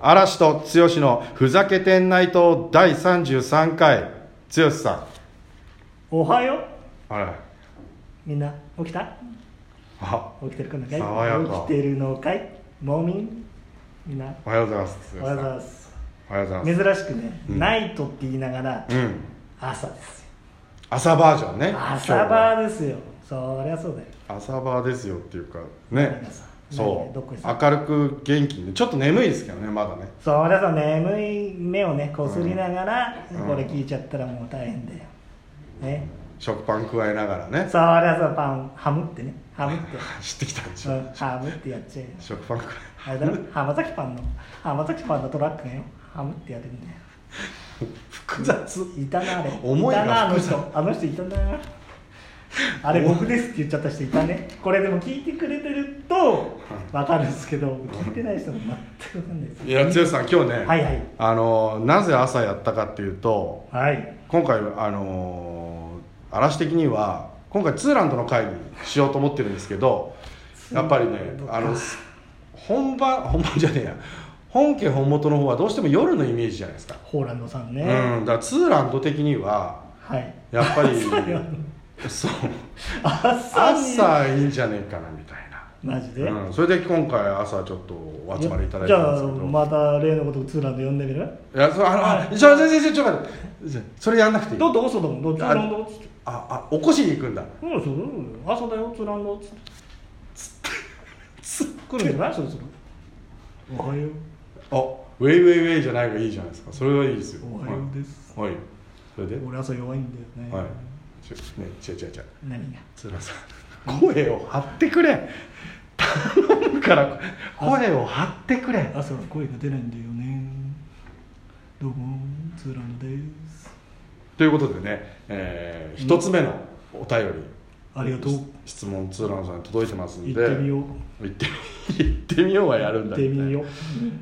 嵐と剛のふざけてんないと第33回剛さおはようんあれみんな起きたあ起きてるかのかい爽やか起きてるのかいモーミンみんなおはようございますおはようございますすおはようござい珍ますしくね、うんナイトって言いながらうん朝ですよ朝バージョンね朝バーですよそりゃそうだよ今日は朝バーですよっていうか皆ねさんそねどっこいうさん明るく元気にちょっと眠いですけどねまだねそりゃそう眠い目をねこすりながら、うんこれ聞いちゃったらもう大変だよね食パン加えながらね そりゃそうパンハムってねハムっ、知ってきたんでしてょ、うん、ハムってやっちゃうよ食パン加あれだろ浜崎パンの浜崎パンのトラックねハムってやってるんだよえ複雑いたなあれ思いいたながあの複雑人あの人いたなあれ僕ですって言っちゃった人いたねこれでも聞いてくれてると分かるんですけど聞いてない人も全く分かんないですいや剛さん今日ね、はいはいあのなぜ朝やったかっていうとはい今回あの嵐的には今回ツーランドの会にしようと思ってるんですけどやっぱりねあのす本番本番じゃねえや本家本元の方はどうしても夜のイメージじゃないですか、ホーランドさんね、うんだからツーランド的にははいやっぱり朝よそう朝に朝いいんじゃねえかなみたいなマジで、うん、それで今回朝ちょっとお集まりいただいじたんゃですあけどまた例のことをツーランド呼んでみるいやそうあのあちょ先生ちょっと待ってそれやんなくていいだって朝だもんだってツーランドっつってああ起こしに行くんだうんそうそう朝だよツーランドっつって来るんじゃないそろそろおはようあウェイウェイウェイじゃないがいいじゃないですかそれはいいですよおはようですはい、はい、それで俺朝弱いんだよね、はいちょね違う違う違う何がつらさん声を張ってくれ頼むから声を張ってくれ朝は声が出ないんだよねどうもツーランドですということでね、えー、一つ目のお便りありがとう質問ツーランさんに届いてますんで行ってみよう行ってみ行ってみようはやるん行だっみたていなみよう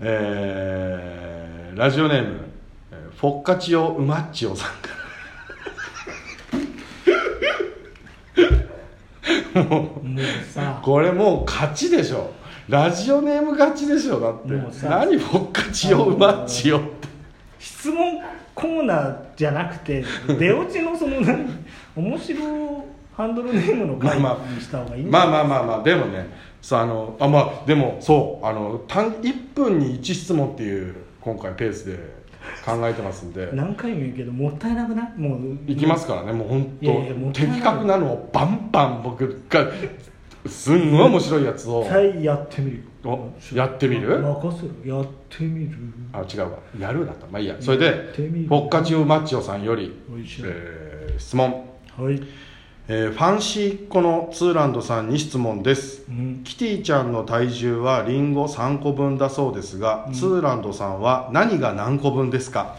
えーラジオネームえーフォッカチオ・ウマッチオさんからももううさこれもう勝ちでしょラジオネーム勝ちでしょだってもうさ何フォッカチオ・ウマッチオって質問コーナーじゃなくて出落ちのその何面白ハンドルネームの回まあまあにした方がいいんまああまあまあまあでもねさあのあまあでもそうあの単1分に1質問っていう今回ペースで考えてますんで何回も言うけどもったいなくないもういきますからねもう本いやいやも当う的確なのをバンバン僕がすんごい面白いやつを絶対やってみるおやってみる任せるやってみるあ違うわやるだったまあいいやそれでやってみるフォッカチオマッチオさんよりおいしいえー質問、はい、えーファンシーっ子のツーランドさんに質問ですうん、キティちゃんの体重はリンゴ3個分だそうですが、ツーランドさんは何が何個分ですか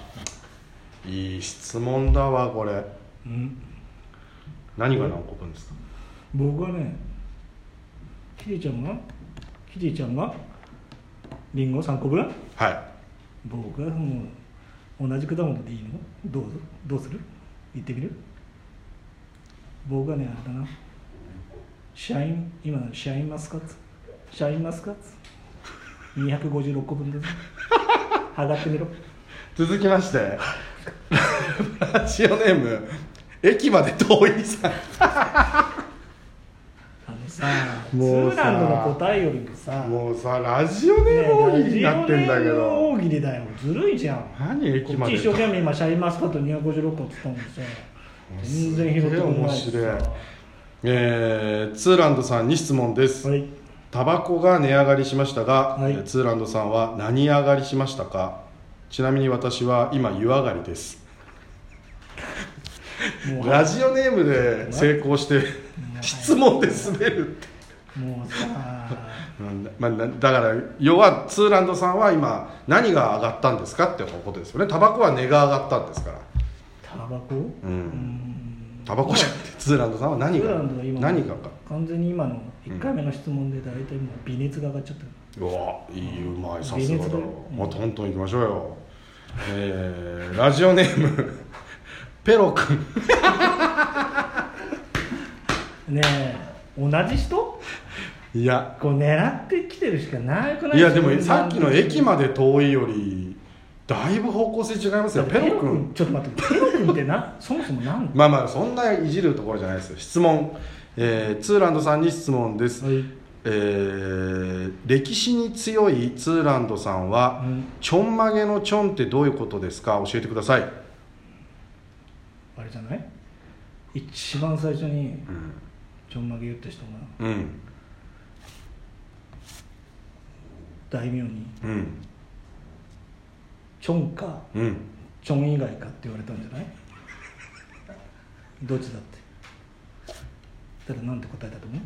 いい質問だわこれうん何が何個分ですか僕はねキティちゃんがキティちゃんがリンゴ3個分はい僕はもう同じ果物でいいのどうぞどうする言ってみる僕はねあれだなシャイン今シャインマスカッツシャインマスカッツ256個分です上がってみろ続きましてラジオネーム駅まで遠いさんあのさもうさツーランドの答えよりもさもうさラジオネーム大喜利になってんだけラジオネームど大喜利だよずるいじゃん何駅こまっちで一生懸命今シャインマスカット256個っつったのにさ全然拾ってこないすしげえさ面白いえー、ツーランドさんに質問です、はいタバコが値上がりしましたが、はいえーツーランドさんは何上がりしましたかちなみに私は今湯上がりですもうラジオネームで成功して質問で滑るってもうさなんだまあ、なだから要はツーランドさんは今何が上がったんですかってことですよねタバコは値が上がったんですからタバコううんんタバコじゃなくてツーランドさんは何ツがーランドは今何が上がっ完全に今の1回目の質問で大体もう微熱が上がっちゃったよたうわいいうまいさすがだ微熱だよもうトントンいきましょうよ、えー、ラジオネーム ペロ君ねえ同じ人いやこう狙ってきてるしかなくないいやでもさっきの駅まで遠いよりだいぶ方向性違いますよペロ君ちょっと待ってペロ君ってなそもそも何まあまあそんないじるところじゃないですよ質問、えーツーランドさんに質問です、はいえー歴史に強いツーランドさんは、うんちょんまげのちょんってどういうことですか教えてください、あれじゃない一番最初にうんちょんまげ言った人がうん大名にうん「ちょんかうんちょん以外か」って言われたんじゃないどっちだってだからなんて答えたと思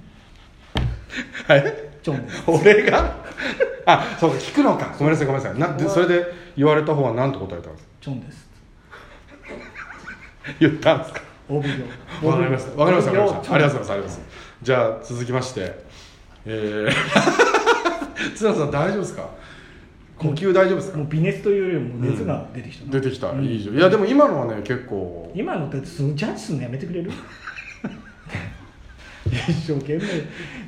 うはいちょんです俺が あそうか聞くのかごめんなさいごめんなさいなんでそれで言われた方は何と答えたんですちょんです言ったんですか帯業わかりましたわかりましたわかりましたありがとうごすざいますありがとうございますじゃあ続きましてえー 津田さん大丈夫ですか呼吸大丈夫ですかもう微熱というよりも熱が出てきたな、出てきた、うんいいじゃんいやでも今のはね結構今のだってそのジャッジするのやめてくれ る一生懸命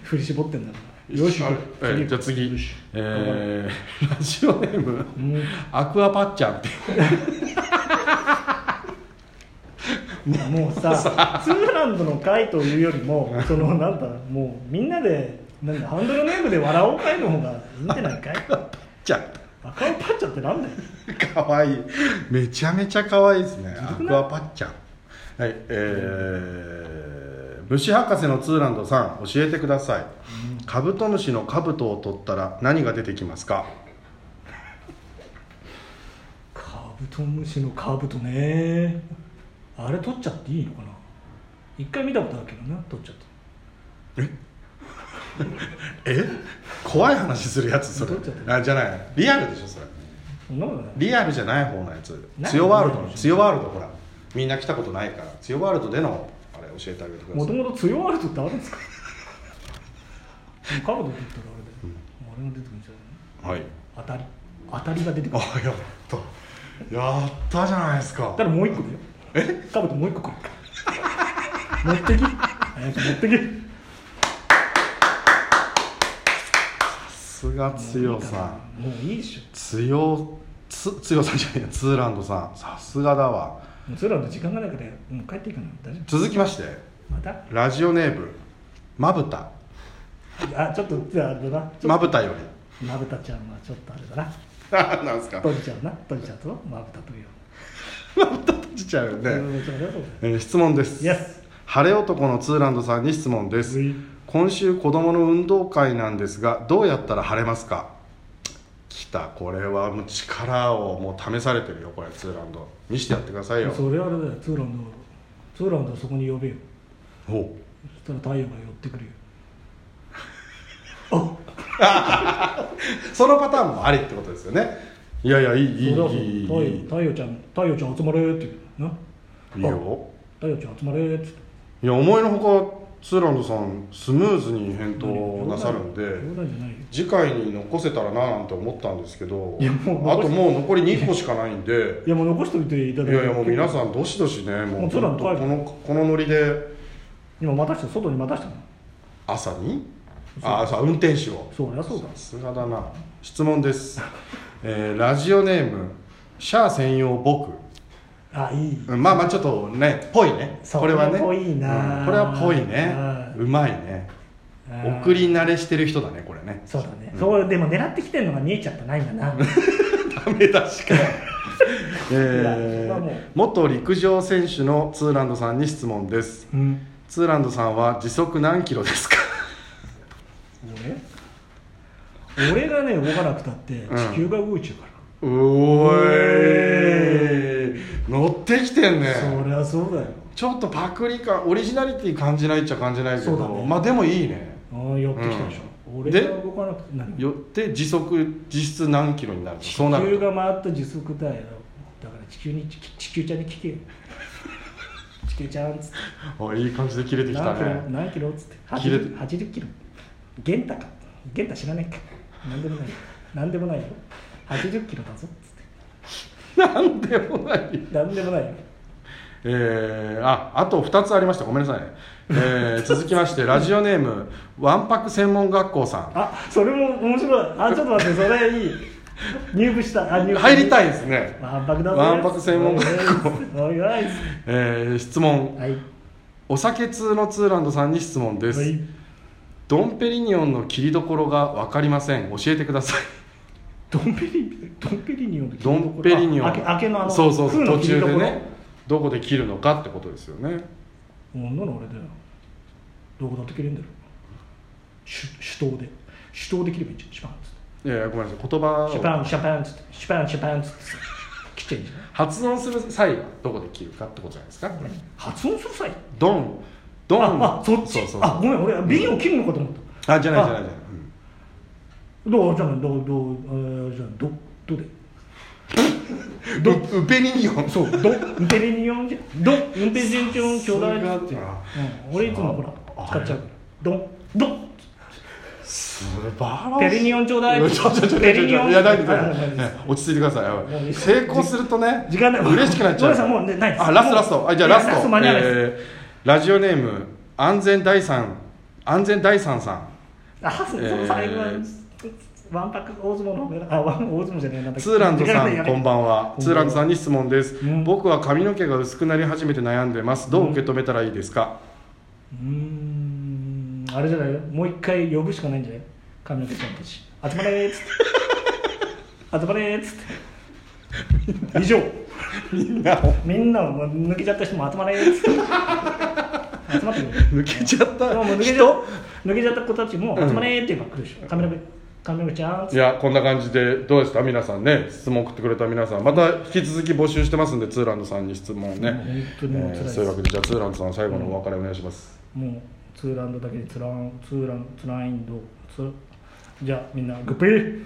振り絞ってんだからよしあえーじゃあ次よしえー、ラジオネームうんアクアパッチャンってもうさツーランドの会というよりもそのなんだもうみんなでなんだハンドルネームで笑おう会の方がいいんじゃないかいじゃん赤いパッチャってなんだよかわいいめちゃめちゃかわいいですねアずくクないアパッチャンはいえー虫博士のツーランドさん教えてください、カブトムシのカブトを取ったら何が出てきますかカブトムシのカブトねあれ取っちゃっていいのかな一回見たことあるけどな取っちゃったえ怖い話するやつそれどっちだったあじゃないリアルでしょそれそんなことないリアルじゃない方のやつない強ワールドの強ワールドほらみんな来たことないから強ワールドでのあれ教えてあげてくだもさといもと強あるとってあるんですかカードって言ったらあれだよ、あれが出てくるんじはいゃないの当たり当たりが出てくあるやったやったじゃないですかだからもう一個だよえカブトもう一個来る持ってき早く持ってきさすが強さんもういいでし強つ強さんじゃないやツーランドさんさすがだわょもうそれらの時間がないからもう帰っていかない大丈続きまして夫またラジオネームまぶたあちょっとじゃああれだなちょまぶたよりまぶたちゃんはちょっとあれだななんですか閉じちゃうな閉じちゃうとまぶたというまぶた閉じちゃうよね、うんそうだそうえー質問ですだ Yes 晴れ男のツーランドさんに質問ですはい今週子どもの運動会なんですがどうやったら晴れますかきたこれはもう力をもう試されてるよこれツーランド見してやってくださいよそれあれだよツーランドツーランドそこに呼べよおうそしたら太陽が寄っ てくるよあそのパターンもありってことですよねいやいやいいいいいいそうだそういいい太陽太陽ちゃん太陽ちゃん集まれって言うないよ太陽ちゃん集まれっていや思いのほかツーランドさんスムーズに返答なさるん冗で談じゃないよ次回に残せたらななんて思ったんですけどいやもうあともう残り2個しかないん でいやもう残しておいていただいやいやもう皆んさんどしどしねももううツーランこド帰るのこのノリで今待たして外に待たしても朝にあ朝運転手をそうりゃそうださすがだな質問です、 えーラジオネームシャア専用僕あいいうんまあまあちょっとねぽいねそうこれはねこれぽいなうんこれはぽいねはいうまいねあー送り慣れしてる人だねこれねそうだねうんそうでも狙ってきてるのが見えちゃってないんだな ダメだ しか、いえやまあもうー、元陸上選手のツーランドさんに質問ですうんツーランドさんは時速何キロですか 俺俺がね動かなくたってん地球が動いちゃうからうおーい乗ってきてんねそりゃそうだよちょっとパクリ感オリジナリティ感じないっちゃ感じないけど、そうだねまあでもいいねああ寄ってきたでしょ、うん俺が動かなくて何よって時速実質何キロになるの地そうなる球とが回った時速だよだから地球に地地球ちゃんに聞けよ地球ちゃんっつっておいい感じで切れてきた何キロね何キロっつって切れて80 80キロ玄太か玄太知らねえか何でもない何でもないよ80キロだぞっつっなんでもないて何でもないよえーああと2つありましたごめんなさいね、えー 続きましてラジオネームわんぱく専門学校さんあそれも面白いあちょっと待ってそれいい入部したあ入部入りたいですね、わんぱくだぜわんぱく専門学校おいおいはいえー質問はいお酒通のツーランドさんに質問です、ドンペリニオンの切りどころが分かりません教えてくださいドンペリドンペリニオンって聞いたドことンペリニオンあ明け明けのあのそうそうそう空の途切り中どでころねどこで切るのかってことですよね女のあれだよどこだって切れんだよ手手刀で手刀で切ればいいじゃんシュパンっつっていやいやごめんなさい言シュパ葉をンシュパンっつってシュパンシュパンっつってさ切っちゃいいじゃん発音する際はどこで切るかってことじゃないですか 発音する際ドンドンああそっちそうそうそうあごめん俺瓶を切るのかと思ったあじゃないじゃないじゃない、どうじゃあどうどうえーじゃあどどでうん、ドウペリニオンそうどんぺりにょんじゃどんぺりにょんちょうだいさってすがうん俺いつもほらあ使っちゃうからどんどん素晴らしいペリニオンちょうだいいやちょちょちょペリニオンいや大丈夫あ大あ丈あ夫落ち着いてくださいやばいもういい成功するとね時間ない嬉しくなっちゃうごめんなさいもうねないですあラスもトうラストあじゃあいやラストラスト間に合わないですえーラジオネーム安全第三安全第三さんあそうえそーの最後はわんぱく大相撲の方があわん大相撲じゃねえなんだっけツーランドさ時間んないこんばんはこんばんはツーランドさんに質問です、うん僕は髪の毛が薄くなり始めて悩んでますどう受け止めたらいいですか、うーんあれじゃないよもう一回呼ぶしかないんじゃない髪の毛ちゃんたち集まれーっつって 集まれーっつって以上 みんなみんなもう抜けちゃった人も集まれーっつって集まってく抜るけちゃったもう抜けちゃ抜けちゃった子たちもうん集まれーって今来るでしょ髪の毛髪の毛ちゃんっつっいやこんな感じでどうでした皆さんね質問送ってくれた皆さんまた引き続き募集してますんでツーランドさんに質問をね、本当にもう辛いですそういうわけでじゃあツーランドさん最後のお別れお願いします、てもうツーランドだけでつらんツーランツラインドツーじゃあみんなグッピー